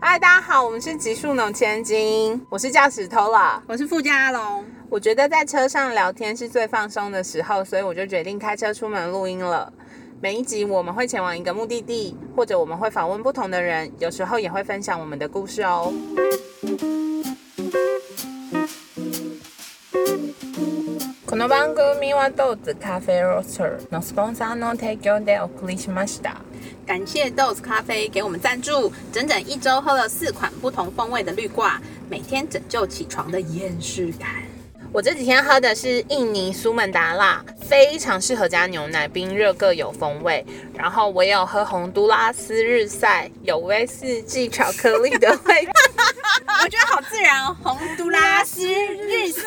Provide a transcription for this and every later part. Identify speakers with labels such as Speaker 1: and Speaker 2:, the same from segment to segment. Speaker 1: 嗨，大家好，我们是极速农千金，我是驾驶 Tola。
Speaker 2: 我是富家阿龙，
Speaker 1: 我觉得在车上聊天是最放松的时候，所以我就决定开车出门录音了。每一集我们会前往一个目的地，或者我们会访问不同的人，有时候也会分享我们的故事哦。この番組はドーズカフェロースターのスポンサーの提供でお送りしました。
Speaker 2: 感谢豆子咖啡给我们赞助，整整一周喝了四款不同风味的绿挂，每天拯救起床的厌世感。
Speaker 1: 我这几天喝的是印尼苏门答腊，非常适合加牛奶，冰热各有风味。然后我也有喝洪都拉斯日晒，有威士忌巧克力的味道。
Speaker 2: 我觉得好自然哦，洪都 拉斯日晒，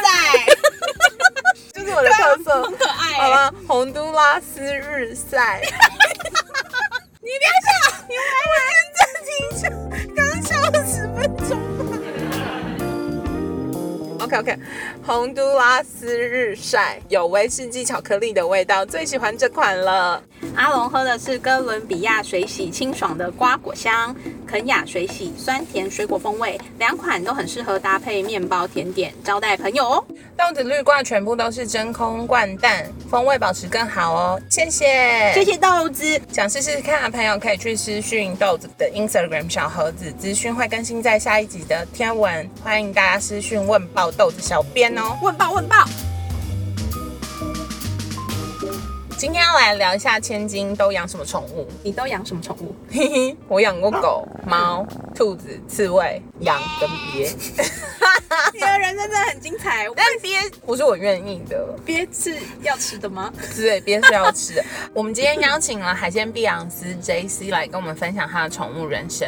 Speaker 1: 就是我的特色，
Speaker 2: 很可爱
Speaker 1: 好吗？洪都拉斯日晒，你不要笑，你我认真听着，刚笑了十分钟。OK OK，洪都拉斯日晒有威士忌巧克力的味道，最喜欢这款了。
Speaker 2: 阿龙喝的是哥伦比亚水洗清爽的瓜果香，肯雅水洗酸甜水果风味，两款都很适合搭配面包甜点招待朋友哦。
Speaker 1: 豆子绿挂全部都是真空灌蛋，风味保持更好哦。谢谢，
Speaker 2: 谢。谢豆子，
Speaker 1: 想试试看的啊朋友可以去私讯豆子的 Instagram 小盒子，资讯会更新在下一集的天文，欢迎大家私讯问爆豆子小编哦。
Speaker 2: 哎问爆问爆，
Speaker 1: 今天要来聊一下千金都养什么宠物，
Speaker 2: 你都养什么宠 物？
Speaker 1: 嘿嘿，我养过狗、猫、兔子、刺猬、羊跟鳖，
Speaker 2: 你的人生真的很精彩。
Speaker 1: 但鳖不是我愿意的。
Speaker 2: 憋是要吃的吗？
Speaker 1: 对，边是要吃的。我们今天邀请了海鲜碧昂斯 J C 来跟我们分享他的宠物人生。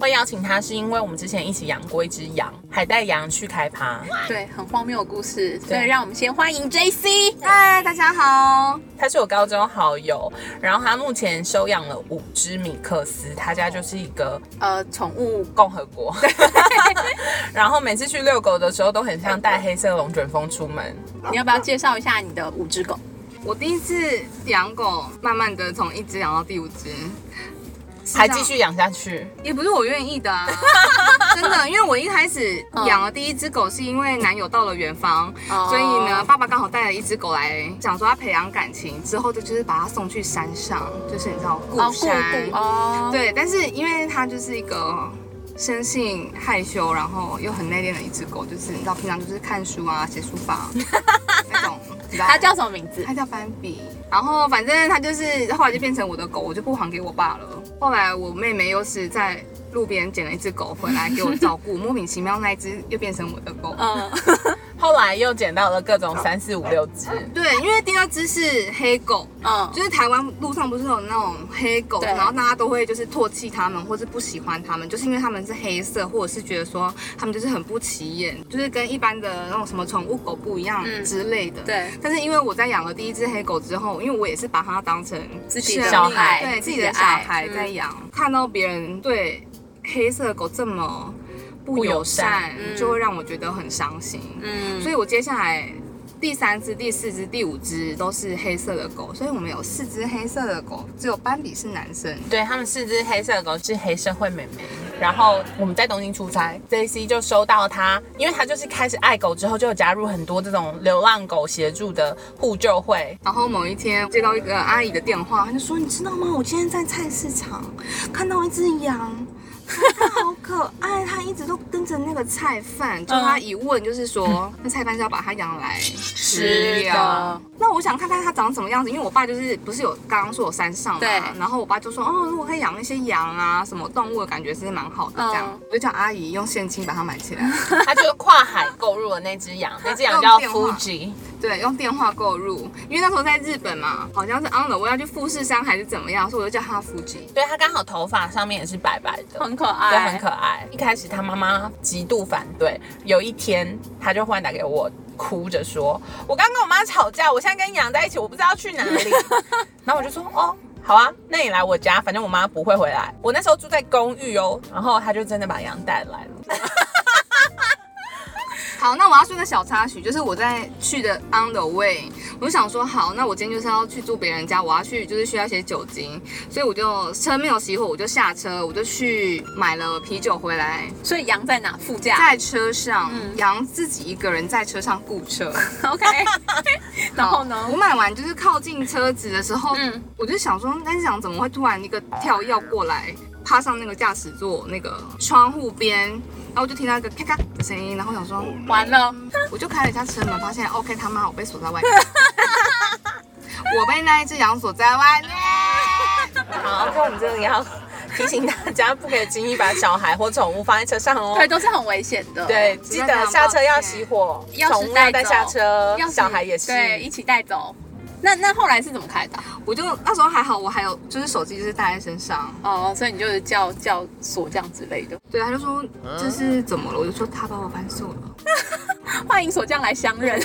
Speaker 1: 会邀请他是因为我们之前一起养过一只羊，还带羊去开趴。
Speaker 2: 对，很荒谬的故事。所
Speaker 1: 对
Speaker 2: 以让我们先欢迎 J C。嗨，大家好。
Speaker 1: 他是我高中好友，然后他目前收养了五只米克斯，他家就是一个
Speaker 2: 呃，宠物
Speaker 1: 共和国。 然后每次去遛狗的时候都很像带黑色龙卷风出门。
Speaker 2: 你要不要介绍一下你的五只狗？
Speaker 3: 我第一次养狗，慢慢的从一只养到第五只，
Speaker 1: 还继续养下去，
Speaker 3: 也不是我愿意 的、啊，真的，因为我一开始养了第一只狗，是因为男友到了远方，
Speaker 2: 嗯哦
Speaker 3: 所以呢，爸爸刚好带了一只狗来，想说要培养感情，之后就就是把它送去山上，就是你知道故山，
Speaker 2: 哦，对，
Speaker 3: 对，但是因为它就是一个。生性害羞，然后又很内敛的一只狗，就是你知道，平常就是看书啊、写书 法那种，你知道
Speaker 2: 它叫什么名字？
Speaker 3: 他叫斑比，然后反正他就是后来就变成我的狗，我就不还给我爸了。后来我妹妹又是在路边捡了一只狗回来给我照顾，莫名其妙那一只又变成我 的狗。
Speaker 2: 嗯，
Speaker 1: 后来又捡到了各种三四五六只。
Speaker 3: 对，因为第二只是黑狗，
Speaker 2: 嗯，
Speaker 3: 就是台湾路上不是有那种黑狗，
Speaker 2: 对
Speaker 3: 然后大家都会就是唾弃它们，或是不喜欢它们，就是因为它们是黑色，或者是觉得说它们就是很不起眼，就是跟一般的那种什么宠物狗不一样
Speaker 2: 嗯
Speaker 3: 之类 的。
Speaker 2: 对，
Speaker 3: 但是因为我在养了第一只黑狗之后，因为我也是把它当成
Speaker 2: 自己的
Speaker 3: 生
Speaker 1: 小
Speaker 3: 命
Speaker 1: 孩
Speaker 3: 啊对
Speaker 2: 自
Speaker 3: 自
Speaker 2: 己
Speaker 3: 己
Speaker 2: 的
Speaker 3: 的小嗯
Speaker 2: 爱
Speaker 3: 孩在养，看到别人对黑色的狗这么
Speaker 1: 不
Speaker 3: 不
Speaker 1: 友
Speaker 3: 友善，
Speaker 2: 嗯
Speaker 3: 就会让我觉得很伤心。
Speaker 2: 嗯，
Speaker 3: 所以我接下来第三只、第四只、第五只都是黑色的狗，所以我们有四只黑色的狗，只有斑比是男生。
Speaker 1: 对他们四只黑色的狗是黑社会妹妹。然后我们在东京出差，J C 就收到他，因为他就是开始爱狗之后，就有加入很多这种流浪狗协助的互救会。
Speaker 3: 然后某一天接到一个阿姨的电话，她就说：“你知道吗？我今天在菜市场看到一只羊，它好可爱，它一直都跟着那个菜贩。”就她一问，就是说
Speaker 2: 嗯
Speaker 3: 那菜贩是要把它养来吃掉。那我想看看它长什么样子，因为我爸就是不是有刚刚说有山上嘛，
Speaker 2: 对
Speaker 3: 然后我爸就说：“哦，如果可以养那些羊啊，什么动物的感觉是蛮好的。”这样
Speaker 2: 嗯，
Speaker 3: 我就叫阿姨用现金把它买起来，
Speaker 1: 他就是跨海购入了那只羊，那只羊叫 Fuji，
Speaker 3: 对，用电话购入，因为那时候在日本嘛，好像是 on the way 要去富士山还是怎么样，所以我就叫它富吉。
Speaker 1: 对，它刚好头发上面也是白白的，
Speaker 2: 很可
Speaker 1: 对，
Speaker 2: 爱，
Speaker 1: 很可爱。一开始他妈妈极度反对，有一天他就忽然打给我，哭着说：“我刚跟我妈吵架，我现在跟羊在一起，我不知道去哪 里。”然后我就说：“哦。”好啊，那你来我家，反正我妈不会回来。我那时候 住在公寓哦，然后他就真的把羊带来了。
Speaker 3: 好，那我要说个小插曲，就是我在去的 on the way，我就想说，好，那我今天就是要去住别人家，我要去就是需要一些酒精，所以我就车没有熄火，我就下车，我就去买了啤酒回来，
Speaker 2: 所以羊在哪？副驾。
Speaker 3: 在车上，杨自己一个人在车上雇车。
Speaker 2: OK。然后呢
Speaker 3: 好我？买完就是靠近车子的时候，
Speaker 2: 嗯
Speaker 3: 我就想说，那想怎么会突然一个跳跃过来，趴上那个驾驶座那个窗户边，然后我就听到一个咔咔的声音，然后想说，
Speaker 2: 完了，
Speaker 3: 我就开了一下车门，发现 OK 他妈我被锁在外面，我被那一只羊锁在外面。
Speaker 1: 好，那我们真的要提醒大家，不可以轻易把小孩或宠物放在车上哦。
Speaker 2: 对，都是很危险的。
Speaker 1: 对，记得下车要熄火，
Speaker 2: 钥匙
Speaker 1: 宠物要
Speaker 2: 带
Speaker 1: 带
Speaker 2: 走
Speaker 1: 下车
Speaker 2: 钥匙，
Speaker 1: 小孩也是。
Speaker 2: 对，一起带走。那那后来是怎么开的啊？
Speaker 3: 我就那时候还好，我还有就是手机就是带在身上，
Speaker 2: 哦，所以你就是叫叫锁这样之类的。
Speaker 3: 对，他就说这是怎么了，我就说他把我反锁了。
Speaker 2: 欢迎锁匠来相认。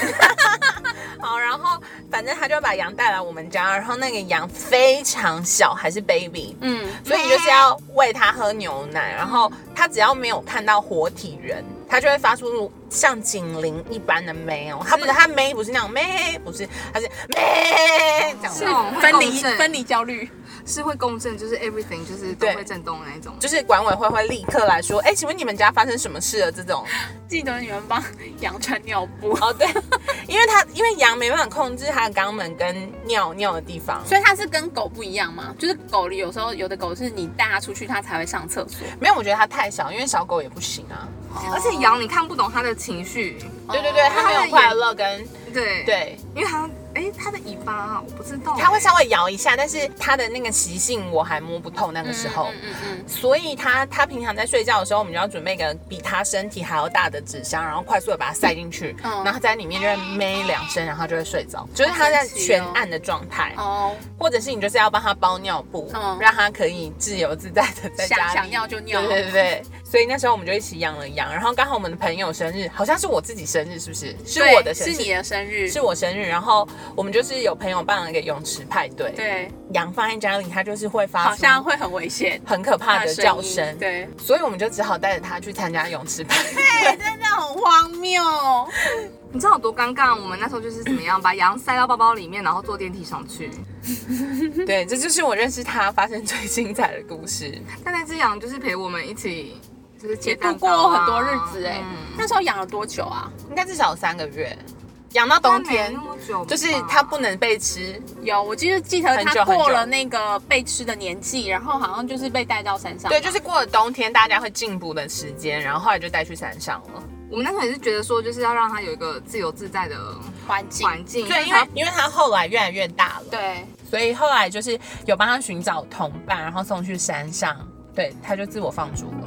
Speaker 1: 好，然后反正他就把羊带来我们家，然后那个羊非常小，还是 baby，
Speaker 2: 嗯，
Speaker 1: 所以你就是要喂它喝牛奶，然后它只要没有看到活体人，它就会发出像警铃一般的咩哦，它不是它咩不是那种咩，不是，它是咩这样
Speaker 3: 是
Speaker 1: 子
Speaker 3: 那种会
Speaker 2: 分离
Speaker 3: 共振
Speaker 2: 分离焦虑。
Speaker 3: 是会共振，就是 everything 就是都
Speaker 1: 对
Speaker 3: 会震动的那一种。
Speaker 1: 就是管委会会立刻来说，哎、请问你们家发生什么事了？这种
Speaker 2: 记得你们帮 羊穿尿布，
Speaker 1: 哦，对， 因为它因为羊没办法控制它的肛门跟尿尿的地方，
Speaker 2: 所以它是跟狗不一样嘛？就是狗有时候有的狗是你带它出去，它才会上厕所。
Speaker 1: 没有，我觉得它太小，因为小狗也不行啊。
Speaker 3: 而且羊你看不懂它的情绪，
Speaker 1: 对对
Speaker 2: 哦
Speaker 1: 对，它没有快乐跟
Speaker 3: 对，
Speaker 1: 对，
Speaker 3: 因为它哎它的尾巴我不知
Speaker 2: 哦
Speaker 3: 道，
Speaker 1: 它会稍微摇一下，但是它的那个习性我还摸不透那个
Speaker 2: 的
Speaker 1: 时候。
Speaker 2: 嗯嗯
Speaker 1: 所以它它平常在睡觉的时候，我们就要准备一个比它身体还要大的纸箱，然后快速的把它塞进去，
Speaker 2: 嗯哦
Speaker 1: 然后它在里面就会咩两声，然后它就会睡着，就是它在全暗的状态，
Speaker 2: 嗯，哦，
Speaker 1: 或者是你就是要帮它包尿布，
Speaker 2: 嗯
Speaker 1: 让它可以自由自在的在家
Speaker 2: 想
Speaker 1: 里
Speaker 2: 想尿就尿
Speaker 1: 对。对对对，所以那时候我们就一起养了羊，然后刚好我们的朋友生日，好像是我自己生日，是不是？是
Speaker 2: 对
Speaker 1: 我的生日，
Speaker 2: 是你的生日，
Speaker 1: 是我生日，然后我们就是有朋友办了一个泳池派对，
Speaker 2: 对，
Speaker 1: 羊放在家里，它就是会发出
Speaker 2: 好像会很危险。
Speaker 1: 很可怕的叫
Speaker 2: 音
Speaker 1: 声，
Speaker 2: 对，
Speaker 1: 所以我们就只好带着它去参加泳池派对。
Speaker 2: 哎真的很荒谬。哦
Speaker 3: 你知道有多尴尬？我们那时候就是怎么样把羊塞到包包里面，然后坐电梯上去。
Speaker 1: 对，这就是我认识它发生最精彩的故事。
Speaker 3: 但那只羊就是陪我们一起，就是
Speaker 2: 也
Speaker 3: 接
Speaker 2: 度
Speaker 3: 蛋糕
Speaker 2: 过
Speaker 3: 啊
Speaker 2: 很多日子哎、那时候养了多久啊？
Speaker 1: 应该至少有三个月，养到冬天，就是它不能被吃。
Speaker 2: 有，我记得记得
Speaker 1: 很
Speaker 2: 他
Speaker 1: 久很久
Speaker 2: 过了那个被吃的年纪，然后好像就是被带到山上吧。
Speaker 1: 对，就是过了冬天，大家会进补的时间，然后后来就带去山上了。
Speaker 3: 我们那时候也是觉得说，就是要让它有一个自由自在的
Speaker 2: 环境。
Speaker 3: 环境。
Speaker 1: 对，因为因为它后来越来越大了，
Speaker 2: 对，
Speaker 1: 所以后来就是有帮它寻找同伴，然后送去山上，对，它就自我放逐了。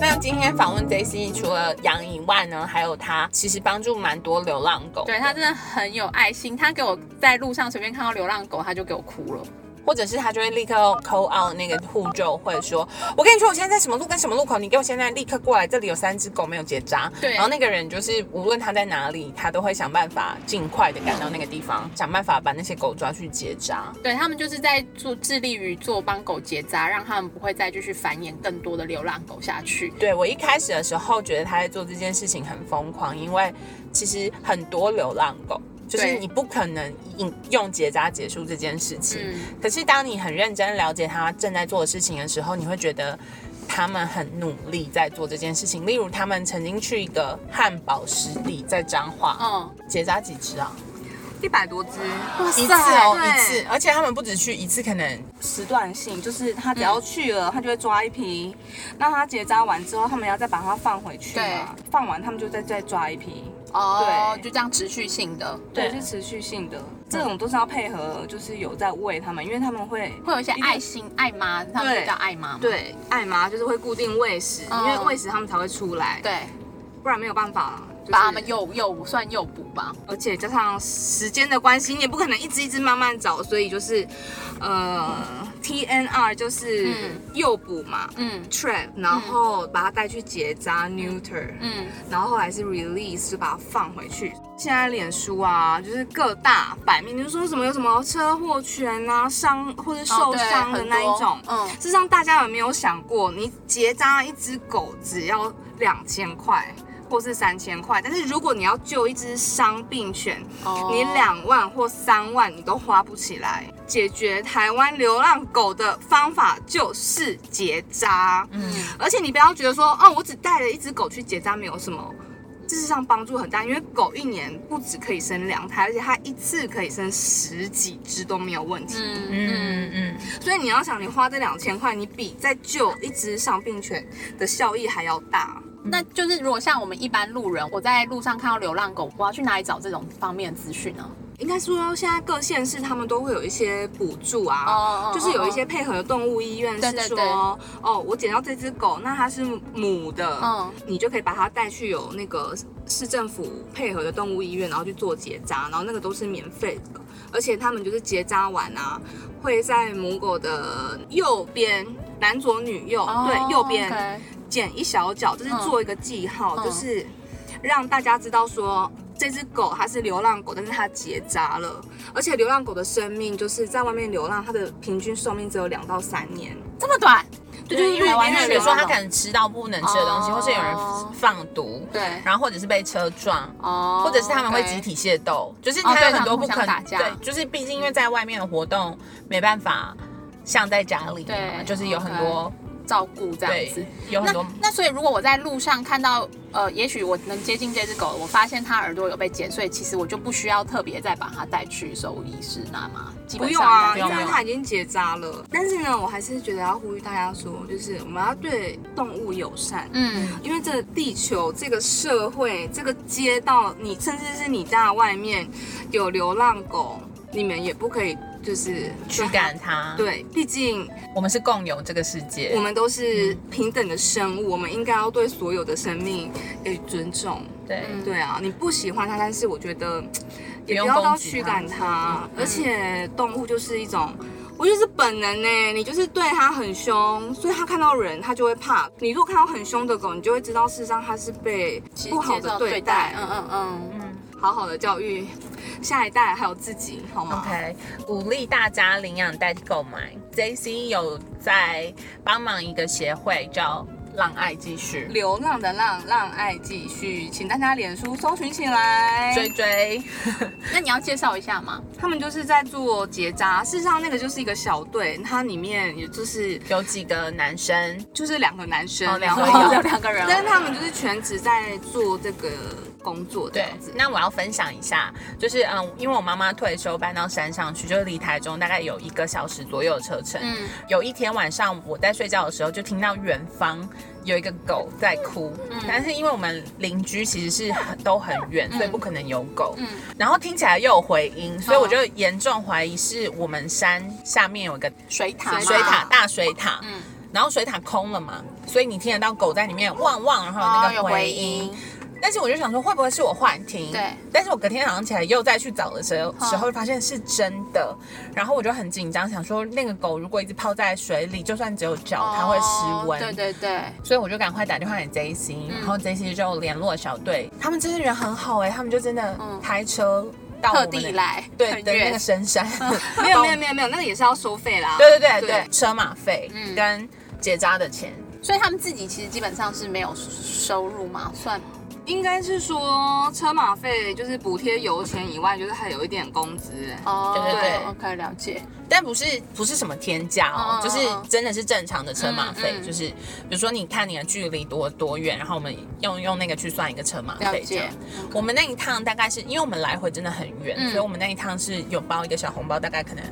Speaker 1: 那今天访问 Daisy 除了羊以外呢，还有它其实帮助蛮多流浪狗，
Speaker 2: 对他真的很有爱心，他给我在路上随便看到流浪狗，他就给我哭了。
Speaker 1: 或者是他就会立刻 call out 那个呼救，或者说，我跟你说，我现在在什么路跟什么路口，你给我现在立刻过来，这里有三只狗没有结扎。
Speaker 2: 对
Speaker 1: 然后那个人就是无论他在哪里，他都会想办法尽快的赶到那个地方，想办法把那些狗抓去结扎。
Speaker 2: 对他们就是在做致力于做帮狗结扎，让他们不会再继续繁衍更多的流浪狗下去。
Speaker 1: 对我一开始的时候觉得他在做这件事情很疯狂，因为其实很多流浪狗。就是
Speaker 2: 对
Speaker 1: 你不可能引用结扎结束这件事情，
Speaker 2: 嗯，
Speaker 1: 可是当你很认真了解他正在做的事情的时候，你会觉得他们很努力在做这件事情。例如，他们曾经去一个汉堡湿地，在彰化
Speaker 2: 嗯，
Speaker 1: 结扎几只啊，
Speaker 3: 一百多只，
Speaker 2: 哇
Speaker 1: 一次哦，
Speaker 3: 对
Speaker 1: 一次，而且他们不止去一次，可能
Speaker 4: 时段性，就是他只要去
Speaker 3: 嗯
Speaker 4: 了，他就会抓一批。那他结扎完之后，他们要再把它放回去嘛？放完他们就再再抓一批。
Speaker 2: 哦，
Speaker 4: 对
Speaker 2: 就这样持续性的，
Speaker 4: 对，是持续性的。这种都是要配合，就是有在喂他们，因为他们会
Speaker 2: 会有一些爱心爱妈，他们就叫爱妈嘛。
Speaker 3: 对，艾玛就是会固定喂食，
Speaker 2: 嗯
Speaker 3: 因为喂食它们才会出来，
Speaker 2: 对，
Speaker 3: 不然没有办法。就是
Speaker 2: 把他们诱诱算诱捕吧。
Speaker 3: 而且加上时间的关系，你也不可能一只一只慢慢找，所以就是，呃，TNR 就是
Speaker 2: 嗯
Speaker 3: 诱捕嘛、
Speaker 2: 嗯
Speaker 3: t r a p 然后
Speaker 4: 嗯
Speaker 3: 把它带去结扎 neuter，、
Speaker 2: 嗯，
Speaker 3: 然后后来是 release 就把它放回去。现在脸书啊，就是各大版面，就是说什么有什么车祸权啊、伤或者
Speaker 2: 哦
Speaker 3: 受
Speaker 2: 对
Speaker 3: 伤的
Speaker 2: 很
Speaker 3: 那一
Speaker 2: 多
Speaker 3: 种。
Speaker 2: 嗯，
Speaker 3: 事实上，大家有没有想过，你结扎一只狗只要两千块或是三千块，但是如果你要救一只伤病犬，你
Speaker 2: 哦
Speaker 3: 两万或三万你都花不起来。解决台湾流浪狗的方法就是结扎，
Speaker 1: 嗯，
Speaker 3: 而且你不要觉得说，哦，我只带了一只狗去结扎没有什么。事实上帮助很大，因为狗一年不止可以生两胎，而且它一次可以生十几只都没有问题。
Speaker 1: 嗯嗯
Speaker 3: 所以你要想，你花这两千块，你比在救一只伤病犬的效益还要大。
Speaker 2: 那就是如果像我们一般路人，我在路上看到流浪狗，我要去哪里找这种方面的资讯呢？
Speaker 3: 应该说，现在各县市他们都会有一些补助
Speaker 2: 哦
Speaker 3: 啊。
Speaker 2: 哦哦
Speaker 3: 就是有一些配合的动物医院是
Speaker 2: 对对
Speaker 3: 说，
Speaker 2: 对
Speaker 3: 哦，我捡到这只狗，那它是母的，
Speaker 2: 嗯
Speaker 3: 你就可以把它带去有那个市政府配合的动物医院，然后去做结扎，然后那个都是免费的，而且他们就是结扎完啊，会在母狗的右边，男左女右，
Speaker 2: 哦
Speaker 3: 对，右边
Speaker 2: OK
Speaker 3: 剪一小角，就是
Speaker 2: 嗯
Speaker 3: 做一个记号，
Speaker 2: 嗯
Speaker 3: 就是让大家知道说这只狗它是流浪狗，但是它结扎了，而且流浪狗的生命就是在外面流浪，它的平均寿命只有两到三年。
Speaker 2: 这么短，
Speaker 1: 嗯，
Speaker 3: 对，就是因为
Speaker 1: 台湾
Speaker 3: 因为
Speaker 1: 比如
Speaker 3: 流
Speaker 1: 说
Speaker 3: 浪
Speaker 1: 他可能吃到不能吃的东西，
Speaker 2: 哦
Speaker 1: 或是有人放毒，
Speaker 2: 对，
Speaker 1: 然后或者是被车撞。
Speaker 2: 哦，
Speaker 1: 或者是他们会
Speaker 2: OK
Speaker 1: 集体械斗，就是
Speaker 2: 哦
Speaker 1: 他
Speaker 2: 对
Speaker 1: 有很多不
Speaker 2: 他
Speaker 1: 可
Speaker 2: 们互相打架
Speaker 1: 对，就是毕竟因为在外面的活动没办法像在家里嘛，
Speaker 2: 对
Speaker 1: 就是有很多
Speaker 2: 照顾这样子
Speaker 1: 对。，有很
Speaker 2: 那
Speaker 1: 多
Speaker 2: 那所以，如果我在路上看到，呃，也许我能接近这只狗，我发现它耳朵有被剪，所以其实我就不需要特别再把它带去兽医室那嘛，基
Speaker 3: 不
Speaker 2: 本
Speaker 3: 用
Speaker 2: 上
Speaker 3: 啊，
Speaker 1: 不
Speaker 2: 应该
Speaker 3: 因为
Speaker 1: 用不用
Speaker 3: 它已经结扎了。但是呢，我还是觉得要呼吁大家说，就是我们要对动物友善。
Speaker 2: 嗯，
Speaker 3: 因为这个地球、这个社会、这个街道，你甚至是你家的外面有流浪狗，你们也不可以就是
Speaker 1: 驱赶它。，
Speaker 3: 对，毕竟
Speaker 1: 我们是共有这个世界，
Speaker 3: 我们都是平等的生物，我们应该要对所有的生命给予尊重。
Speaker 1: 对
Speaker 2: 嗯
Speaker 3: 对啊，你不喜欢它，但是我觉得也
Speaker 1: 用
Speaker 3: 不要到
Speaker 1: 攻击
Speaker 3: 驱
Speaker 1: 它嗯
Speaker 3: 赶
Speaker 2: 啊
Speaker 3: 它，而且动物就是一种。我觉得是本能呢、欸你就是对它很凶，所以它看到人它就会怕。你如果看到很凶的狗，你就会知道事实上它是被不好
Speaker 2: 接
Speaker 3: 的
Speaker 2: 受
Speaker 3: 对
Speaker 2: 对
Speaker 3: 待。
Speaker 2: 嗯嗯嗯，
Speaker 1: 嗯。
Speaker 3: 好好的教育下一代还有自己，好吗
Speaker 1: OK，鼓励大家领养代替购买。JC 有在帮忙一个协会叫“让爱继续
Speaker 3: 流浪的浪，让爱继续，请大家脸书搜寻起”，来。
Speaker 2: 哎
Speaker 1: 追追，
Speaker 2: 那你要介绍一下吗？
Speaker 3: 他们就是在做结扎，事实上那个就是一个小队，它里面也就是
Speaker 1: 有几个男生，
Speaker 3: 就是两个男生，
Speaker 1: 哦两个
Speaker 3: 然
Speaker 1: 哎
Speaker 3: 后
Speaker 1: 呀人
Speaker 2: 只有两个人哦，
Speaker 3: 但是他们就是全职在做这个工作这
Speaker 1: 对
Speaker 3: 样子，。
Speaker 1: 那我要分享一下，就是嗯，因为我妈妈退休搬到山上去，就是离台中大概有一个小时左右的车程。
Speaker 2: 嗯
Speaker 1: 有一天晚上我在睡觉的时候，就听到远方有一个狗在哭，
Speaker 2: 嗯
Speaker 1: 但是因为我们邻居其实是很都很远，所以不可能有狗。
Speaker 2: 嗯哦
Speaker 1: 然后听起来又有回音，所以我就严重怀疑是我们山下面有一个
Speaker 2: 水塔嘛
Speaker 1: 水塔，大水塔，
Speaker 2: 嗯
Speaker 1: 然后水塔空了嘛，所以你听得到狗在里面汪汪，然后有
Speaker 2: 哦
Speaker 1: 那
Speaker 2: 有
Speaker 1: 个
Speaker 2: 回
Speaker 1: 回
Speaker 2: 音
Speaker 1: 音。，但是我就想说，会不会是我幻听？
Speaker 2: 对。
Speaker 1: 但是我隔天早上起来又再去找的时候，
Speaker 2: 嗯
Speaker 1: 时候发现是真的，然后我就很紧张，想说那个狗如果一直泡在水里，就算只有脚，它会失温。
Speaker 2: 哦对嗯对对，
Speaker 1: 所以我就赶快打电话给 J C，、然后 J C 就联络小队，他们真的人很好哎、他们就真的
Speaker 2: 嗯
Speaker 1: 开车到我
Speaker 2: 特
Speaker 1: 们的
Speaker 2: 地来，
Speaker 1: 对
Speaker 2: 很
Speaker 1: 对那
Speaker 2: 远
Speaker 1: 个，深 山，
Speaker 3: 没有没有没有没有，那个也是要收费啦。
Speaker 1: 对对对
Speaker 3: 对
Speaker 1: 对，车马费
Speaker 2: 嗯
Speaker 1: 跟结扎的钱，
Speaker 2: 所以他们自己其实基本上是没有收入嘛，算
Speaker 3: 应该是说车马费就是补贴油钱以外，就是还有一点工资。
Speaker 2: 哦，
Speaker 1: 对对对
Speaker 2: ，OK 了解，
Speaker 1: 但不是不是什么天价哦，
Speaker 2: 嗯
Speaker 1: 就是真的是正常的车马费，
Speaker 2: 嗯嗯
Speaker 1: 就是比如说你看你的距离多多远，然后我们用用那个去算一个车马
Speaker 2: 了
Speaker 1: 费这
Speaker 2: 解
Speaker 1: 样。我们那一趟大概是因为我们来回真的很远，
Speaker 2: 嗯
Speaker 1: 所以我们那一趟是有包一个小红包，大概可能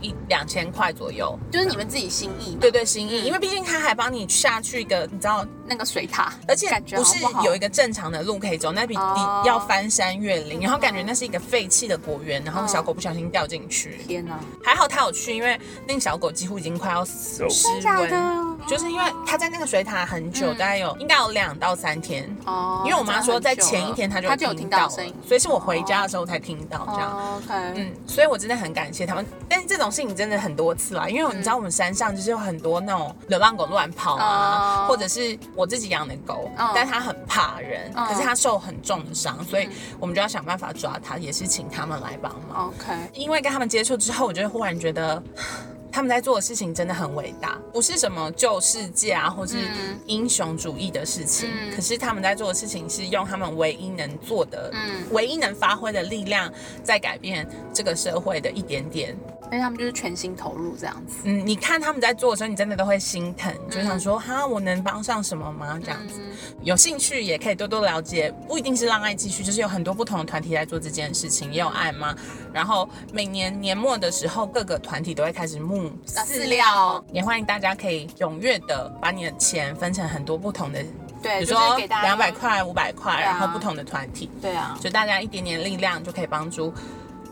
Speaker 1: 一两千块左右。
Speaker 2: 就是你们自己心意嘛，
Speaker 1: 对对，心
Speaker 2: 嗯
Speaker 1: 意，因为毕竟他还帮你下去一个，你知道，
Speaker 2: 那个水塔，
Speaker 1: 而且
Speaker 2: 感觉
Speaker 1: 不是
Speaker 2: 好好
Speaker 1: 有一个正常的路可以走，那比
Speaker 2: 哦嗯
Speaker 1: 你要翻山越岭，然后感觉那是一个废弃的果园，然后小狗不小心掉进去，
Speaker 2: 天哪、
Speaker 1: 还好它有去，因为那个小狗几乎已经快要死失温，
Speaker 2: 的
Speaker 1: 就是因为它在那个水塔很久，
Speaker 2: 嗯
Speaker 1: 大概有应该有两到三天。
Speaker 2: 哦
Speaker 1: 因为我妈说，在前一天她就
Speaker 2: 他就有听
Speaker 1: 听
Speaker 2: 到
Speaker 1: 到
Speaker 2: 声音，
Speaker 1: 所以是我回家的时候才听到这样。
Speaker 2: 哦，OK，嗯
Speaker 1: 嗯，所以我真的很感谢他们。但是这种事情真的很多次啦，因为你知道我们山上就是有很多那种流浪狗乱跑啊，
Speaker 2: 哦
Speaker 1: 或者是我自己养的狗，
Speaker 2: 嗯
Speaker 1: 但它很怕人，
Speaker 2: 嗯
Speaker 1: 可是它受很重的伤，所以我们就要想办法抓它，也是请他们来帮忙。
Speaker 2: ，OK，
Speaker 1: 因为跟他们接触之后，我就忽然觉得 他们在做的事情真的很伟大，不是什么救世界啊，或是
Speaker 2: 嗯
Speaker 1: 英雄主义的事情。
Speaker 2: 嗯
Speaker 1: 可是他们在做的事情是用他们唯一能做的、
Speaker 2: 嗯
Speaker 1: 唯一能发挥的力量，在改变这个社会的一点点。
Speaker 2: 因为他们就是全心投入这样子。
Speaker 1: 嗯，你看他们在做的时候，你真的都会心疼，就
Speaker 2: 嗯
Speaker 1: 想说哈，我能帮上什么吗？这样子，有兴趣也可以多多了解，不一定是让爱继续，就是有很多不同的团体在做这件事情，也有爱妈。然后每年年末的时候，各个团体都会开始募饲
Speaker 2: 饲
Speaker 1: 料
Speaker 2: 料，
Speaker 1: 也欢迎大家可以踊跃的把你的钱分成很多不同的，比
Speaker 2: 对，
Speaker 1: 如
Speaker 2: 就
Speaker 1: 说
Speaker 2: 是给大家
Speaker 1: 两百。块、五百块，
Speaker 2: 对
Speaker 1: 然
Speaker 2: 啊
Speaker 1: 后不同的团体，
Speaker 2: 对啊，
Speaker 1: 就大家一点点力量就可以帮助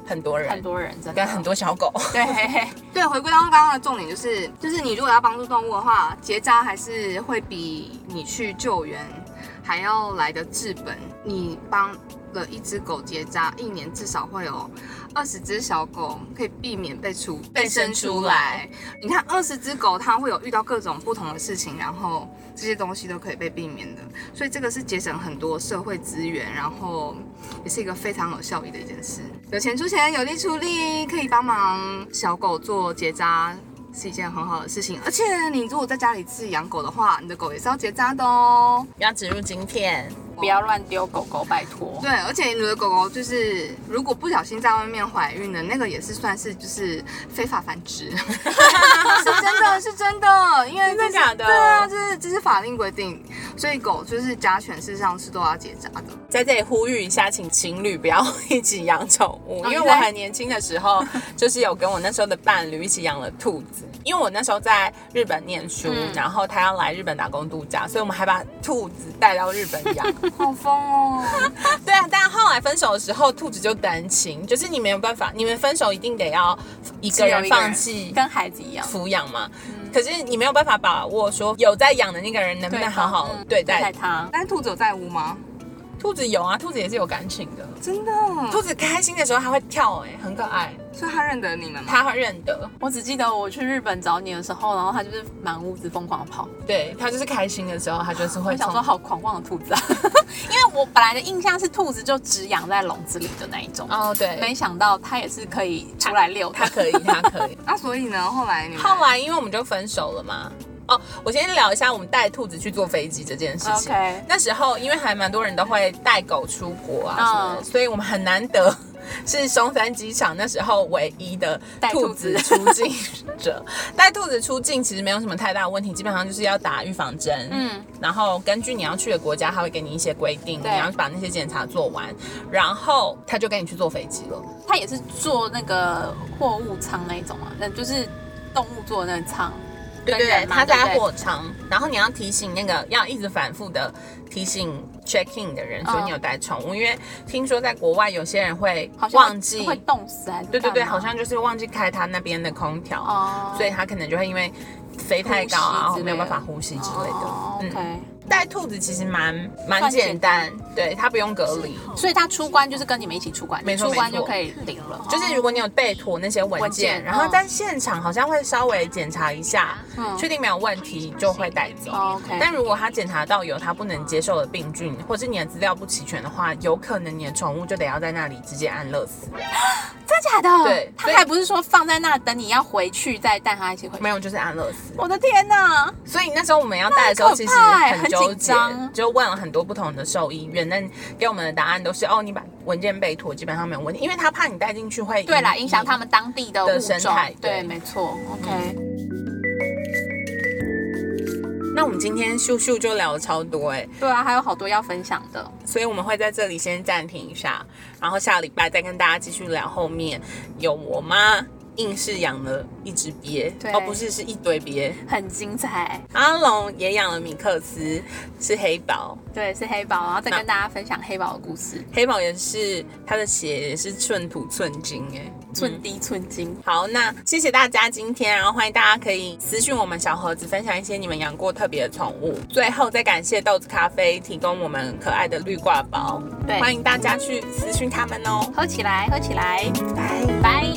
Speaker 1: 很多人，
Speaker 2: 很多人真的
Speaker 1: 跟很多小狗。
Speaker 2: 对，啊
Speaker 3: 对，回归到刚刚的重点，就是就是你如果要帮助动物的话，结扎还是会比你去救援还要来的治本。你帮了一只狗结扎，一年至少会有二十只小狗可以避免被出
Speaker 1: 被生出来。
Speaker 3: 你看，二十只狗它会有遇到各种不同的事情，然后这些东西都可以被避免的，所以这个是节省很多社会资源，然后也是一个非常有效益的一件事。有钱出钱，有力出力，可以帮忙小狗做结扎。是一件很好的事情，而且你如果在家里自己养狗的话，你的狗也是要结扎的哦。
Speaker 1: 不 要植入晶片。
Speaker 2: 不要乱丢狗狗，拜托。
Speaker 3: 对，而且你的狗狗就是如果不小心在外面怀孕了，那个也是算是就是非法繁殖，是真的，是真的，因为
Speaker 1: 真的
Speaker 3: 这是
Speaker 1: 假的
Speaker 3: 对啊，这是这是法定规定，所以狗就是家犬事实上是都要结扎的。
Speaker 1: 在这里呼吁一下，请情侣不要 一起养宠物，哦因为我
Speaker 3: 对
Speaker 1: 很年轻的时 候，就是有跟我那时候的伴侣一起养了兔子。因为我那时候在日本念书，然后他要来日本打工度假，所以我们还把兔子带到日本 养。
Speaker 3: 好疯哦！
Speaker 1: 对啊，但后来分手的时候，兔子就单亲，就是你没有办法，你们分手一定得要一个人放弃
Speaker 2: 跟孩子一样，
Speaker 1: 抚养嘛。可是你没有办法把握说有在养的那个人能不能好好对
Speaker 2: 对待
Speaker 1: 待
Speaker 2: 他。
Speaker 3: 但是兔子有在屋吗？
Speaker 1: 兔子。有啊，兔子也是有感情的。
Speaker 3: 真的，
Speaker 1: 兔子开心的时候还会跳、哎，很可爱，
Speaker 3: 所以它认得你们吗？
Speaker 1: 它会认得，
Speaker 2: 我只记得我去日本找你的时候，然后它就是满屋子疯狂跑。
Speaker 1: 对，它就是开心的时候，它就是
Speaker 2: 我
Speaker 1: 会
Speaker 2: 想
Speaker 1: 冲
Speaker 2: 说，好狂妄的兔子啊！ 因为我本来的印象是兔子就只养在笼子里的那一种，
Speaker 1: 哦，对，
Speaker 2: 没想到它也是可以出来遛的
Speaker 1: 它。可以，它可 以。
Speaker 3: 那、啊所以呢，后来你们
Speaker 1: 后来因为我们就分手了嘛，哦，我先聊一下我们带兔子去坐飞机这件事情。
Speaker 2: OK
Speaker 1: 那时候因为还蛮多人都会带狗出国啊什么的，
Speaker 2: 嗯
Speaker 1: 所以我们很难得 是松山机场那时候唯一的
Speaker 2: 带
Speaker 1: 兔
Speaker 2: 兔
Speaker 1: 子
Speaker 2: 子
Speaker 1: 出境 者。带兔子出境其实没有什么太大问题，基本上就是要打预防针，嗯
Speaker 2: 嗯，
Speaker 1: 然后根据你要去的国家，他会给你一些规定，你
Speaker 2: 对
Speaker 1: 要把那些检查做完，然后他就跟你去坐飞机了。
Speaker 2: 它也是坐那个货物舱那一种啊，那就是动物坐的那个舱。
Speaker 1: 对
Speaker 2: 跟
Speaker 1: 对，
Speaker 2: 人嘛
Speaker 1: 他在
Speaker 2: 对不对
Speaker 1: 货仓，然后你要提醒那个要一直反复的提醒 check in 的人，
Speaker 2: 嗯
Speaker 1: 所以你有带宠物，因为听说在国外有些人会
Speaker 2: 好像
Speaker 1: 忘记，
Speaker 2: 会冻死还是
Speaker 1: 对对对，
Speaker 2: 干嘛
Speaker 1: 好像就是忘记开他那边的空调，
Speaker 2: 哦，
Speaker 1: 所以他可能就会因为飞太高
Speaker 2: 呼吸
Speaker 1: 啊，
Speaker 2: 之类的
Speaker 1: 没有办法呼吸之类的。
Speaker 2: 哦
Speaker 1: 嗯
Speaker 2: OK，、
Speaker 1: 带兔子其实蛮蛮
Speaker 2: 算
Speaker 1: 简单，对，它不用隔离。
Speaker 2: 所以它出关就是跟你们一起出关，
Speaker 1: 没错
Speaker 2: 你出关
Speaker 1: 没错
Speaker 2: 就可以领了。
Speaker 1: 就是如果你有备妥那些文件，
Speaker 2: 文件
Speaker 1: 然后
Speaker 2: 嗯
Speaker 1: 在现场好像会稍微检查一下，
Speaker 2: 嗯
Speaker 1: 确定没有问题就会带走。
Speaker 2: 哦 OK
Speaker 1: 但如果他检查到有他不能接受的病菌，或是你的资料不齐全的话，有可能你的宠物就得要在那里直接安乐死，
Speaker 2: 真假的？
Speaker 1: 对所
Speaker 2: 他
Speaker 1: 以
Speaker 2: 还不是说放在那等你要回去再带它一起回去
Speaker 1: 没。有就是安乐死。
Speaker 2: 我的天哪！
Speaker 1: 所以那时候我们要带的时候，
Speaker 2: 那
Speaker 1: 其
Speaker 2: 很
Speaker 1: 实
Speaker 2: 可怕欸
Speaker 1: 很纠结
Speaker 2: 很紧，张
Speaker 1: 就问了很多不同的兽医院，那给我们的答案都是哦，你把文件备妥，基本上没有问题，因为他怕你带进去会
Speaker 2: 对啦，影响他们当地的
Speaker 1: 的
Speaker 2: 物
Speaker 1: 生
Speaker 2: 种。
Speaker 1: 态对
Speaker 2: 对，嗯没错。OK，
Speaker 1: 那我们今天咻咻就聊了超多哎、
Speaker 2: 对啊，还有好多要分享的。
Speaker 1: 所以我们会在这里先暂停一下，然后下礼拜再跟大家继续聊后面有我妈硬是养了一只鳖，
Speaker 2: 对
Speaker 1: 哦不是是一堆鳖，
Speaker 2: 很精彩，
Speaker 1: 阿龙也养了米克斯，是黑宝，
Speaker 2: 对，是黑宝，然后再
Speaker 1: 那
Speaker 2: 跟大家分享黑宝的故事，
Speaker 1: 黑宝也是它的血也是寸土寸金哎。
Speaker 2: 寸滴寸金。
Speaker 1: 好，那谢谢大家今天，然后欢迎大家可以私讯我们小盒子，分享一些你们养过特别的宠物。最后再感谢豆子咖啡提供我们可爱的绿挂包，
Speaker 2: 对
Speaker 1: 欢迎大家去私讯他们哦，
Speaker 2: 喝起来，喝起来，
Speaker 1: 拜。
Speaker 2: 拜。